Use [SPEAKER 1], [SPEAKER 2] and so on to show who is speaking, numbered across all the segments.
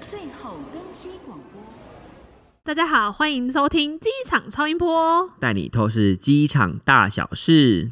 [SPEAKER 1] 最后更新广播。
[SPEAKER 2] 大家好，欢迎收听机场超音波。
[SPEAKER 3] 带你透视机场大小事。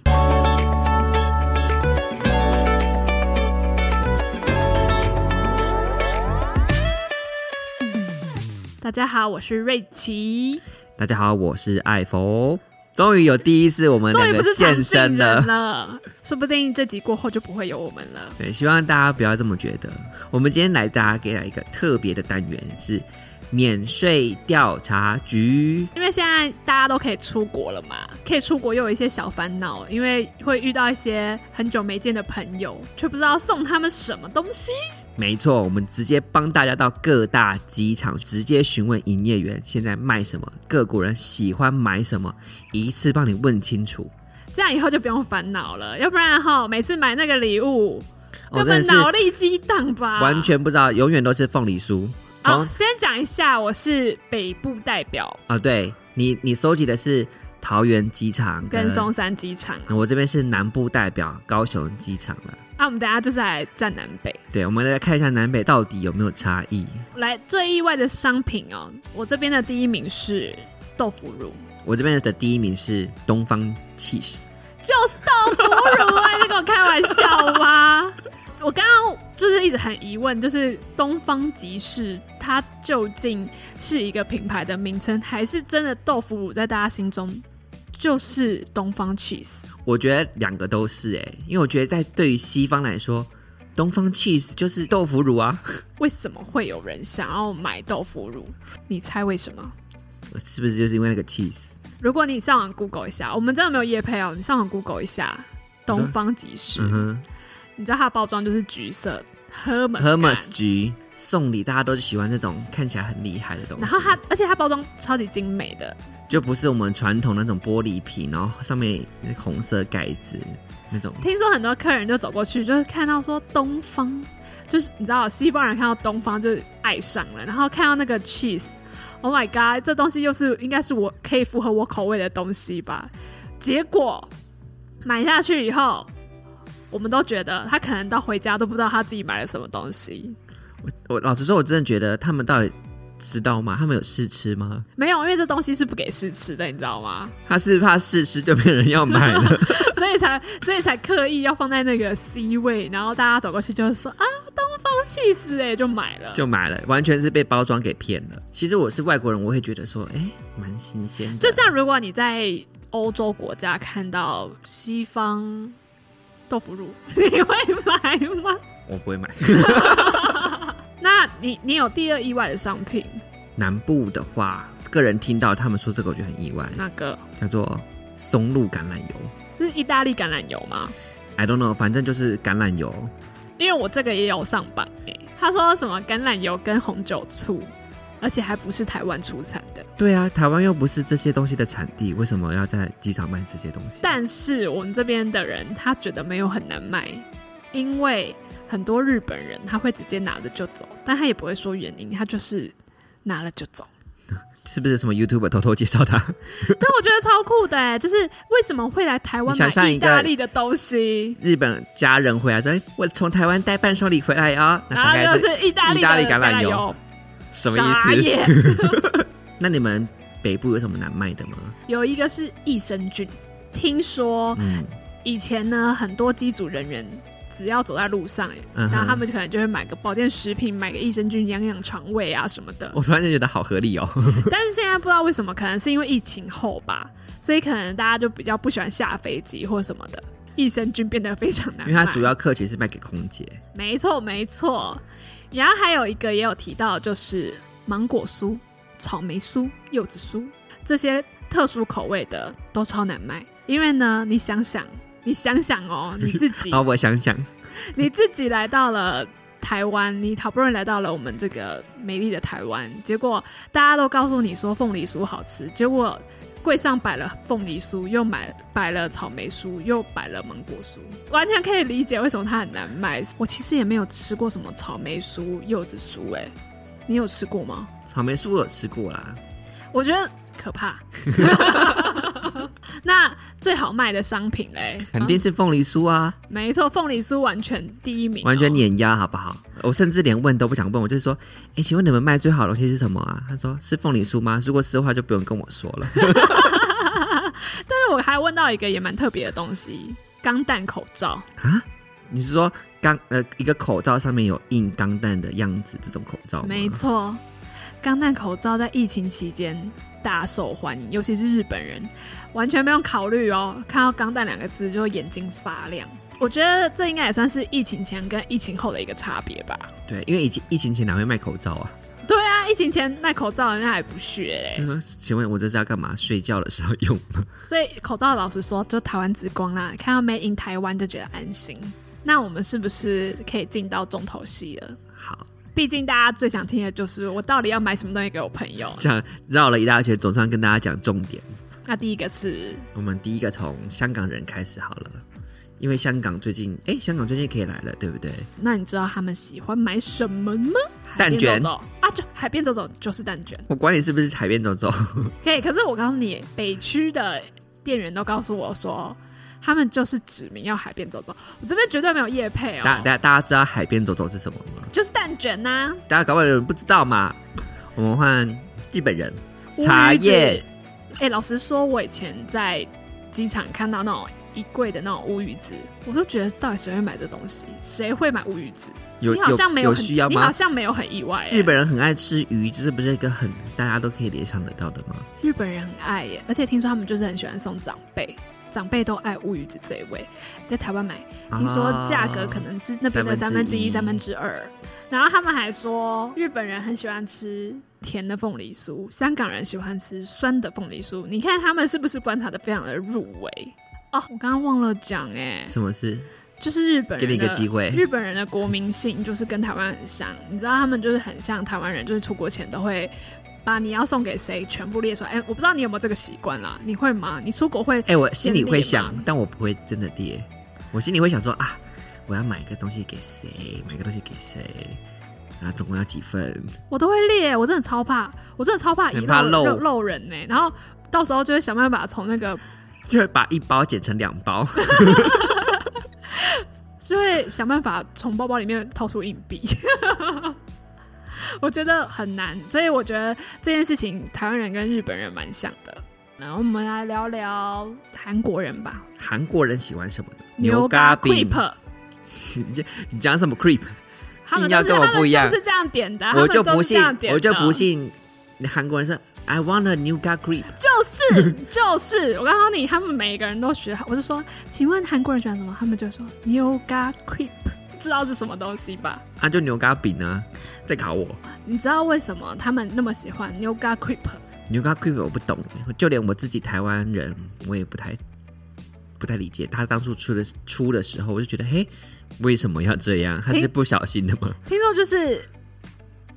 [SPEAKER 2] 大家好，我是瑞奇。
[SPEAKER 3] 大家好，我是艾佛。哦终于有第一次我们
[SPEAKER 2] 终
[SPEAKER 3] 两
[SPEAKER 2] 于不
[SPEAKER 3] 个
[SPEAKER 2] 是
[SPEAKER 3] 现
[SPEAKER 2] 常
[SPEAKER 3] 身
[SPEAKER 2] 进
[SPEAKER 3] 了
[SPEAKER 2] 人。了，说不定这集过后就不会有我们了。
[SPEAKER 3] 对，希望大家不要这么觉得。我们今天来大家给来一个特别的单元是免税调查局。
[SPEAKER 2] 因为现在大家都可以出国了嘛，可以出国又有一些小烦恼，因为会遇到一些很久没见的朋友，却不知道送他们什么东西。
[SPEAKER 3] 没错，我们直接帮大家到各大机场直接询问营业员现在卖什么，各国人喜欢买什么，一次帮你问清楚。
[SPEAKER 2] 这样以后就不用烦恼了，要不然哈，每次买那个礼物，根
[SPEAKER 3] 我、哦真的
[SPEAKER 2] 本
[SPEAKER 3] 是
[SPEAKER 2] 脑啊力激荡吧，
[SPEAKER 3] 完全不知道，永远都是凤梨酥。从
[SPEAKER 2] 好，先讲一下，我是北部代表
[SPEAKER 3] 啊，对你，你收集的是桃园机场
[SPEAKER 2] 跟松，山机场啊，
[SPEAKER 3] 那我这边是南部代表高雄机场了。
[SPEAKER 2] 啊我们等一下就是来站南北。
[SPEAKER 3] 对，我们来看一下南北到底有没有差异。
[SPEAKER 2] 来，最意外的商品哦，我这边的第一名是豆腐乳，
[SPEAKER 3] 我这边的第一名是东方 cheese，
[SPEAKER 2] 就是豆腐乳啊！你在跟我开玩笑吗？我刚刚就是一直很疑问，就是东方集市它究竟是一个品牌的名称，还是真的豆腐乳在大家心中就是东方 cheese？
[SPEAKER 3] 我觉得两个都是哎、因为我觉得在对于西方来说，东方 cheese 就是豆腐乳啊，
[SPEAKER 2] 为什么会有人想要买豆腐乳？你猜为什么？
[SPEAKER 3] 是不是就是因为那个 cheese？
[SPEAKER 2] 如果你上网 Google 一下，我们真的没有夜配哦，你上网 Google 一下东方集市，
[SPEAKER 3] 嗯哼
[SPEAKER 2] 你知道它的包装就是橘色 Hermes
[SPEAKER 3] ，Hermes
[SPEAKER 2] 感
[SPEAKER 3] 橘送礼大家都喜欢那种看起来很厉害的东西，
[SPEAKER 2] 然后它，而且它包装超级精美的，
[SPEAKER 3] 就不是我们传统那种玻璃瓶，然后上面那红色盖子那种。
[SPEAKER 2] 听说很多客人就走过去，就是看到说东方，就是你知道西方人看到东方就爱上了，然后看到那个 cheese。Oh my god！这东西又是应该是我可以符合我口味的东西吧？结果买下去以后，我们都觉得他可能到回家都不知道他自己买了什么东西。
[SPEAKER 3] 我老实说，我真的觉得他们到底知道吗？他们有试吃吗？
[SPEAKER 2] 没有，因为这东西是不给试吃的，你知道吗？
[SPEAKER 3] 他是怕试吃就没人要买了。
[SPEAKER 2] 所以才所以才刻意要放在那个 C 位，然后大家走过去就是说啊，东方 cheese 哎、就买了。
[SPEAKER 3] 就买了，完全是被包装给骗了。其实我是外国人，我会觉得说，哎、蛮新鲜的。
[SPEAKER 2] 就像如果你在欧洲国家看到西方豆腐乳， 你会买吗？
[SPEAKER 3] 我不会买。
[SPEAKER 2] 那你你有第二意外的商品
[SPEAKER 3] 南部的话，个人听到他们说这个，我就很意外，
[SPEAKER 2] 那个
[SPEAKER 3] 叫做松露橄榄油。
[SPEAKER 2] 是意大利橄榄油吗？
[SPEAKER 3] I don't know，反正就是橄榄油。
[SPEAKER 2] 因为我这个也有上榜诶、他说什么橄榄油跟红酒醋，而且还不是台湾出产的。
[SPEAKER 3] 对啊，台湾又不是这些东西的产地，为什么要在机场卖这些东西？
[SPEAKER 2] 但是我们这边的人他觉得没有很难卖，因为很多日本人他会直接拿了就走，但他也不会说原因，他 就是拿了就走。
[SPEAKER 3] 是不是什么 YouTuber 偷偷介绍他？
[SPEAKER 2] 但我觉得超酷的哎，就是为什么会来台湾
[SPEAKER 3] 你想象
[SPEAKER 2] 买
[SPEAKER 3] 一
[SPEAKER 2] 意
[SPEAKER 3] 个
[SPEAKER 2] 大利的东西，
[SPEAKER 3] 日本家人回来说：“哎我从台湾带伴手礼回来啊。”那
[SPEAKER 2] 然
[SPEAKER 3] 大
[SPEAKER 2] 后
[SPEAKER 3] 概
[SPEAKER 2] 又
[SPEAKER 3] 是
[SPEAKER 2] 是意大利
[SPEAKER 3] 意大利
[SPEAKER 2] 的
[SPEAKER 3] 橄榄油
[SPEAKER 2] 油，
[SPEAKER 3] 什么
[SPEAKER 2] 傻
[SPEAKER 3] 意思？
[SPEAKER 2] 眼
[SPEAKER 3] 那你们北部有什么难卖的吗？
[SPEAKER 2] 有一个是益生菌，听说
[SPEAKER 3] 嗯，
[SPEAKER 2] 以前呢，很多机组人员只要走在路上，
[SPEAKER 3] 嗯哼
[SPEAKER 2] 然后他们可能就会买个保健食品，买个益生菌养养肠胃啊什么的。
[SPEAKER 3] 我突然间觉得好合理 哦。
[SPEAKER 2] 但是现在不知道为什么，可能是因为疫情后吧，所以可能大家就比较不喜欢下飞机或什么的，益生菌变得非常难
[SPEAKER 3] 因
[SPEAKER 2] 卖。
[SPEAKER 3] 为它主要客群是卖给空姐，
[SPEAKER 2] 没错没错，然后还有一个也有提到，就是芒果酥、草莓酥、柚子酥这些特殊口味的都超难卖，因为呢，你想想，你想想哦，你自己
[SPEAKER 3] 然后我想想，
[SPEAKER 2] 你自己来到了台湾，你好不容易来到了我们这个美丽的台湾，结果大家都告诉你说凤梨酥好吃，结果柜上摆了凤梨酥，又买摆了草莓酥，又摆了芒果酥，完全可以理解为什么它很难卖。我其实也没有吃过什么草莓酥、柚子酥、哎，你有吃过吗？啊
[SPEAKER 3] 草莓酥我有吃过啦，
[SPEAKER 2] 我觉得可怕。 那最好卖的商品嘞，
[SPEAKER 3] 肯定
[SPEAKER 2] 啊
[SPEAKER 3] 是凤梨酥啊，
[SPEAKER 2] 没错，凤梨酥完全第一名哦、
[SPEAKER 3] 完全碾压，好不好？我甚至连问都不想问，我就说，哎、请问你们卖最好的东西是什么啊？他说是凤梨酥吗？如果是的话，就不用跟我说了。
[SPEAKER 2] 但是我还问到一个也蛮特别的东西，钢弹口罩。
[SPEAKER 3] 你是说钢呃一个口罩上面有印钢弹的样子这种口罩吗？
[SPEAKER 2] 没错，钢弹口罩在疫情期间大受欢迎，尤其是日本人，完全不用考虑哦，看到“钢弹”两个字就眼睛发亮。我觉得这应该也算是疫情前跟疫情后的一个差别吧。
[SPEAKER 3] 对，因为疫情疫情前哪会卖口罩啊？
[SPEAKER 2] 对啊，疫情前卖口罩人家还不屑嘞、
[SPEAKER 3] 他说，请问我这是要干嘛？睡觉的时候用吗？
[SPEAKER 2] 所以口罩老实说，就台湾之光啦，看到 Made in 台湾就觉得安心。那我们是不是可以进到重头戏了？
[SPEAKER 3] 好，
[SPEAKER 2] 毕竟大家最想听的就是我到底要买什么东西给我朋友。
[SPEAKER 3] 这样绕了一大圈，总算跟大家讲重点。
[SPEAKER 2] 那第一个是
[SPEAKER 3] 我们第一个从香港人开始好了，因为香港最近，哎，香港最近可以来了，对不对？
[SPEAKER 2] 那你知道他们喜欢买什么吗？
[SPEAKER 3] 蛋
[SPEAKER 2] 海边走
[SPEAKER 3] 卷
[SPEAKER 2] 走啊，就海边走走就是蛋卷。
[SPEAKER 3] 我管你是不是海边走走，
[SPEAKER 2] 哦可以，可是我告诉你，北区的店员都告诉我说，他们就是指明要海边走走。我这边绝对没有夜配
[SPEAKER 3] 大
[SPEAKER 2] 哦，
[SPEAKER 3] 大大家知道海边走走是什么吗？
[SPEAKER 2] 就是蛋卷啊呐、
[SPEAKER 3] 大家搞不好有人不知道嘛。我们换日本人，
[SPEAKER 2] 乌鱼子
[SPEAKER 3] 茶叶。
[SPEAKER 2] 哎、老实说，我以前在机场看到那种一柜的那种乌鱼子，我都觉得到底谁会买这东西？谁会买乌鱼子？
[SPEAKER 3] 有
[SPEAKER 2] 你好像没有
[SPEAKER 3] 有
[SPEAKER 2] 很
[SPEAKER 3] 需要
[SPEAKER 2] 你好
[SPEAKER 3] 吗？
[SPEAKER 2] 像没有很意外、哎
[SPEAKER 3] 日本人很爱吃鱼，这不是一个很大家都可以联想得到的吗？
[SPEAKER 2] 日本人很爱耶，而且听说他们就是很喜欢送长辈，长辈都爱乌鱼子这一味，在台湾买，
[SPEAKER 3] 啊
[SPEAKER 2] 听说价格可能是那边的三分之一、三分之二。然后他们还说，日本人很喜欢吃甜的凤梨酥，香港人喜欢吃酸的凤梨酥。你看他们是不是观察的非常的入围？哦，我刚刚忘了讲哎
[SPEAKER 3] 啊，什么事？
[SPEAKER 2] 就是日本人的
[SPEAKER 3] 给你一个机会
[SPEAKER 2] 日本人的国民性就是跟台湾很像，你知道他们就是很像台湾人，就是出国前都会把你要送给谁全部列出来。哎、我不知道你有没有这个习惯啦，你会吗？你出国会
[SPEAKER 3] 哎、我心里
[SPEAKER 2] 先
[SPEAKER 3] 会
[SPEAKER 2] 列
[SPEAKER 3] 想
[SPEAKER 2] 吗，
[SPEAKER 3] 但我不会真的列。我心里会想说啊，我要买一个东西给谁，买一个东西给谁，然后总共要几份？
[SPEAKER 2] 我都会列，我真的超怕，我真的超怕遗
[SPEAKER 3] 很怕漏
[SPEAKER 2] 漏漏人呢、然后到时候就会想办法从那个，
[SPEAKER 3] 就会把一包剪成两包。
[SPEAKER 2] 就会想办法从包包里面掏出硬币。 我觉得很难，所以我觉得这件事情台湾人跟日本人蛮像的。然后我们来聊聊韩国人吧，
[SPEAKER 3] 韩国人喜欢什么呢？
[SPEAKER 2] 咖 creep，
[SPEAKER 3] 你这你讲什么 creep？
[SPEAKER 2] 他们
[SPEAKER 3] 硬要
[SPEAKER 2] 就是
[SPEAKER 3] 跟我
[SPEAKER 2] 他们
[SPEAKER 3] 不一样
[SPEAKER 2] 就是这样点的，
[SPEAKER 3] 我
[SPEAKER 2] 啊他
[SPEAKER 3] 就
[SPEAKER 2] 们都
[SPEAKER 3] 不
[SPEAKER 2] 是
[SPEAKER 3] 信
[SPEAKER 2] 这样，点的
[SPEAKER 3] 我就不，信韩国人说 I want a new car creep。
[SPEAKER 2] 就是就是，我告诉你，他们每个人都学，我就说，请问韩国人喜欢什么？他们就说 yoga creep，知道是什么东西吧？
[SPEAKER 3] 啊，就牛轧饼啊，在考我
[SPEAKER 2] 你知道为什么他们那么喜欢 yoga creep？
[SPEAKER 3] 牛轧 creep 我不懂，就连我自己台湾人我也不太不太理解。他当初出的出的时候，我就觉得嘿，为什么要这样？他是
[SPEAKER 2] 听
[SPEAKER 3] 不小心的吗？
[SPEAKER 2] 听说就是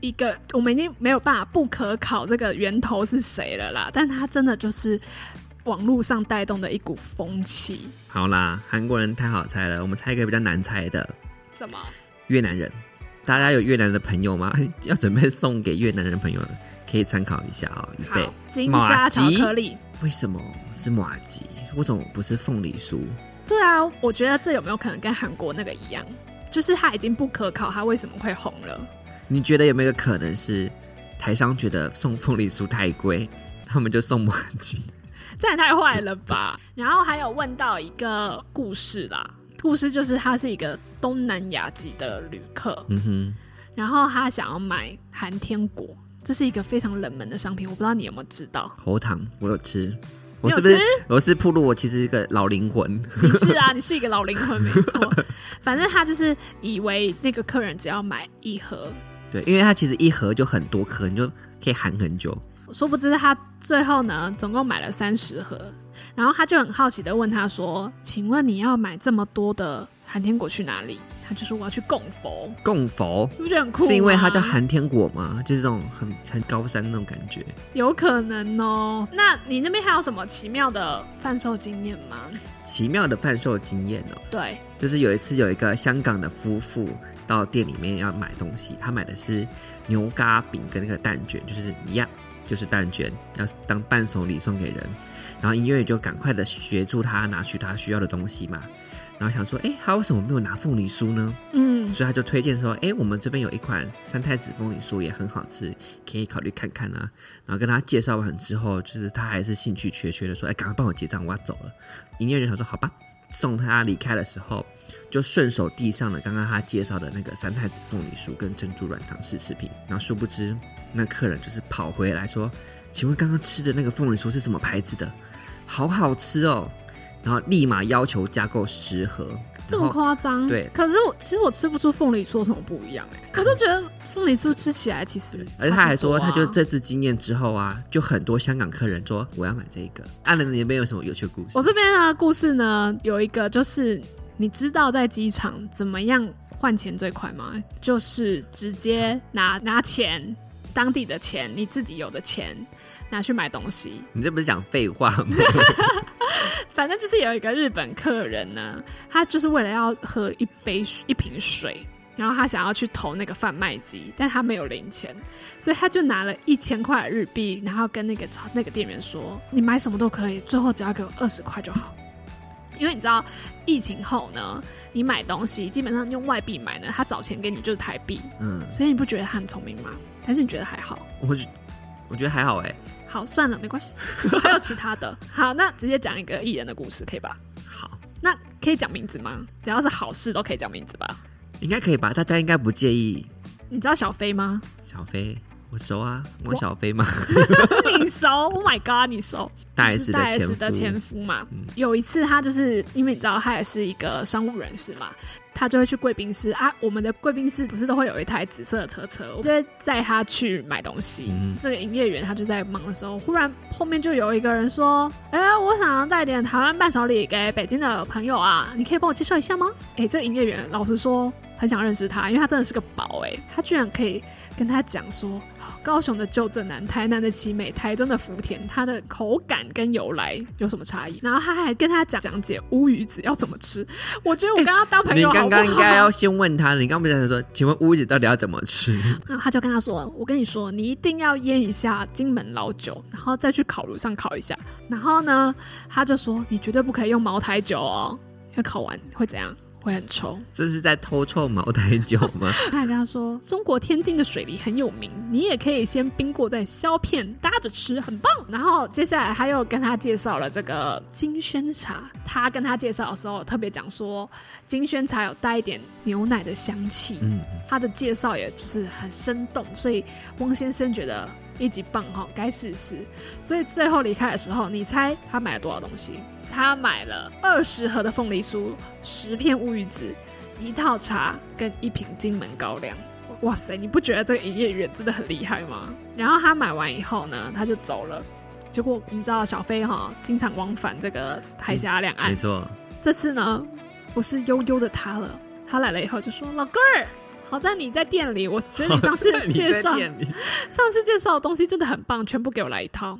[SPEAKER 2] 一个我们已经没有办法不可考这个源头是谁了啦，但他真的就是网络上带动的一股风气，
[SPEAKER 3] 好啦，韩国人太好猜了，我们猜一个比较难猜的
[SPEAKER 2] 什么？
[SPEAKER 3] 越南人。大家有越南的朋友吗？ 要准备送给越南人朋友的，可以参考一下啊、预备
[SPEAKER 2] 好，，金沙巧克力。
[SPEAKER 3] 为什么是马吉？为什么不是凤梨酥？
[SPEAKER 2] 对啊，我觉得这有没有可能跟韩国那个一样？就是它已经不可考，它为什么会红了？
[SPEAKER 3] 你觉得有没有可能是台商觉得送凤梨酥太贵，他们就送马吉？
[SPEAKER 2] 这也太坏了吧！然后还有问到一个故事啦，故事就是他是一个东南亚籍的旅客，
[SPEAKER 3] 嗯哼，。
[SPEAKER 2] 然后他想要买寒天果，这是一个非常冷门的商品，我不知道你有没有知道
[SPEAKER 3] 喉糖我有吃，我
[SPEAKER 2] 你有
[SPEAKER 3] 是不是
[SPEAKER 2] 吃
[SPEAKER 3] 我是铺路？我其实一个老灵魂，
[SPEAKER 2] 你是啊，你是一个老灵魂，没错。反正他就是以为那个客人只要买一盒，
[SPEAKER 3] 对，因为它其实一盒就很多颗，你就可以含很久。
[SPEAKER 2] 殊不知他最后呢，总共买了三十盒，然后他就很好奇的问他说：“请问你要买这么多的寒天果去哪里？”他就说：“我要去供佛。
[SPEAKER 3] 供佛”
[SPEAKER 2] 是不是很酷吗？
[SPEAKER 3] 是因为它叫寒天果吗？就是这种很很高山那种感觉。
[SPEAKER 2] 有可能哦。那你那边还有什么奇妙的贩售经验吗？
[SPEAKER 3] 奇妙的贩售经验哦，
[SPEAKER 2] 对，
[SPEAKER 3] 就是有一次有一个香港的夫妇到店里面要买东西，他买的是牛轧饼跟那个蛋卷，就是一样，就是蛋卷，要当伴手礼送给人。然后营业员就赶快的协助他拿取他需要的东西嘛。然后想说，哎，他为什么没有拿凤梨酥呢？
[SPEAKER 2] 嗯，
[SPEAKER 3] 所以他就推荐说，哎，我们这边有一款三太子凤梨酥也很好吃，可以考虑看看啊。然后跟他介绍完之后，就是他还是兴趣缺缺的说，哎，赶快帮我结账，我要走了。营业员想说，好吧。送他离开的时候，就顺手递上了刚刚他介绍的那个三太子凤梨酥跟珍珠软糖试吃品。然后殊不知，那客人就是跑回来说：“请问刚刚吃的那个凤梨酥是什么牌子的？好好吃哦！”然后立马要求加购十盒。
[SPEAKER 2] 这么
[SPEAKER 3] 然后
[SPEAKER 2] 夸张？
[SPEAKER 3] 对
[SPEAKER 2] 可是我其实我吃不出凤梨酥有什么不一样 哎、我都觉得凤梨酥吃起来其实、
[SPEAKER 3] 而且他还说，他
[SPEAKER 2] 啊
[SPEAKER 3] 就这，次经验之后啊，就很多香港客人说我要买这个。按了你那边有什么有趣的故事？
[SPEAKER 2] 我这边呢故事呢有一个就是你知道在机场怎么样换钱最快吗？就是直接拿拿钱，当地的钱，你自己有的钱拿去买东西。
[SPEAKER 3] 你这不是讲废话 吗？
[SPEAKER 2] 反正就是有一个日本客人呢，他就是为了要喝一杯水一瓶水，然后他想要去投那个贩卖机，但他没有零钱，所以他就拿了一千块日币，然后跟那个超那个店员说：“你买什么都可以，最后只要给我二十块就好。”因为你知道，疫情后呢，你买东西基本上用外币买呢，他找钱给你就是台币，
[SPEAKER 3] 嗯，
[SPEAKER 2] 所以你不觉得他很聪明吗？还是你觉得还好？
[SPEAKER 3] 我觉我觉得还好哎、
[SPEAKER 2] 好，算了，没关系，还有其他的。好，那直接讲一个艺人的故事，可以吧？
[SPEAKER 3] 好，
[SPEAKER 2] 那可以讲名字吗？只要是好事都可以讲名字吧？
[SPEAKER 3] 应该可以吧？大家应该不介意
[SPEAKER 2] 你知道小飞吗？
[SPEAKER 3] 小飞。我熟啊，汪小菲嘛，
[SPEAKER 2] 你熟？Oh my god，你熟？
[SPEAKER 3] 大
[SPEAKER 2] 就是
[SPEAKER 3] S
[SPEAKER 2] 大
[SPEAKER 3] 的前
[SPEAKER 2] S 的前
[SPEAKER 3] 夫，
[SPEAKER 2] 夫嘛。
[SPEAKER 3] 嗯
[SPEAKER 2] 有一次他就是因为你知道他也是一个商务人士嘛，他就会去贵宾室啊。我们的贵宾室不是都会有一台紫色的车车，我就会载他去买东西。
[SPEAKER 3] 嗯
[SPEAKER 2] 这个营业员他就在忙的时候，忽然后面就有一个人说：“哎、我想要带点台湾伴手礼给北京的朋友啊，你可以帮我介绍一下吗？”哎、这个营业员老实说很想认识他，因为他真的是个宝哎、他居然可以跟他讲说。高雄的旧正南、台南的奇美、台中的福田，它的口感跟由来有什么差异？然后他还跟他讲讲解乌鱼子要怎么吃。我觉得我跟他当朋
[SPEAKER 3] 你
[SPEAKER 2] 友好不好？
[SPEAKER 3] 刚刚应该要先问他，你刚不是想说，请问屋子到底要怎么吃？
[SPEAKER 2] 然后他就跟他说：“我跟你说，你一定要腌一下金门老酒，然后再去烤炉上烤一下。然后呢，他就说你绝对不可以用茅台酒哦，因为烤完会怎样？会很臭。
[SPEAKER 3] 这是在偷臭 茅台酒吗？
[SPEAKER 2] 他还跟他说，中国天津的水梨很有名，你也可以先冰过再削片搭着吃，很棒。然后接下来他又跟他介绍了这个金萱茶，他跟他介绍的时候特别讲说，金萱茶有带一点牛奶的香气，
[SPEAKER 3] 嗯，
[SPEAKER 2] 他的介绍也就是很生动，所以翁先生觉得一级棒哈，该试试。所以最后离开的时候，你猜他买了多少东西？他买了二十盒的凤梨酥、十片乌鱼子、一套茶跟一瓶金门高粱。哇塞，你不觉得这个营业员真的很厉害吗？然后他买完以后呢，他就走了。结果你知道小飞哈，经常往返这个海峡两岸
[SPEAKER 3] 没，错，
[SPEAKER 2] 这次呢，不是悠悠的他了，他来了以后就说：“老哥儿，好在你在店里，我觉得你上次
[SPEAKER 3] 你
[SPEAKER 2] 介
[SPEAKER 3] 在
[SPEAKER 2] 绍
[SPEAKER 3] 店里
[SPEAKER 2] 上次介绍的东西真的很棒，全部给我来一套。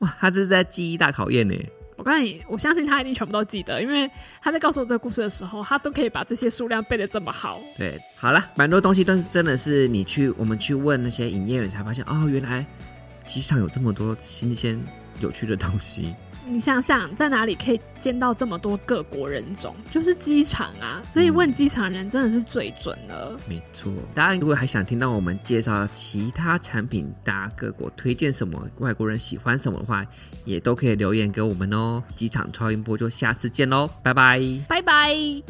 [SPEAKER 3] 哇，他这是在记忆大考验呢。欸
[SPEAKER 2] 我告诉你，我相信他一定全部都记得，因为他在告诉我这个故事的时候，他都可以把这些数量背得这么好。
[SPEAKER 3] 对，好了，蛮多东西都是真的是你去我们去问那些营业员才发现哦，原来机场有这么多新鲜有趣的东西。
[SPEAKER 2] 你想想，在哪里可以见到这么多各国人种？就是机场啊，所以问机场人真的是最准了。
[SPEAKER 3] 没错，大家如果还想听到我们介绍其他产品，大家各国推荐什么，外国人喜欢什么的话，也都可以留言给我们哦。机场超音波就下次见喽，拜拜。
[SPEAKER 2] 拜拜。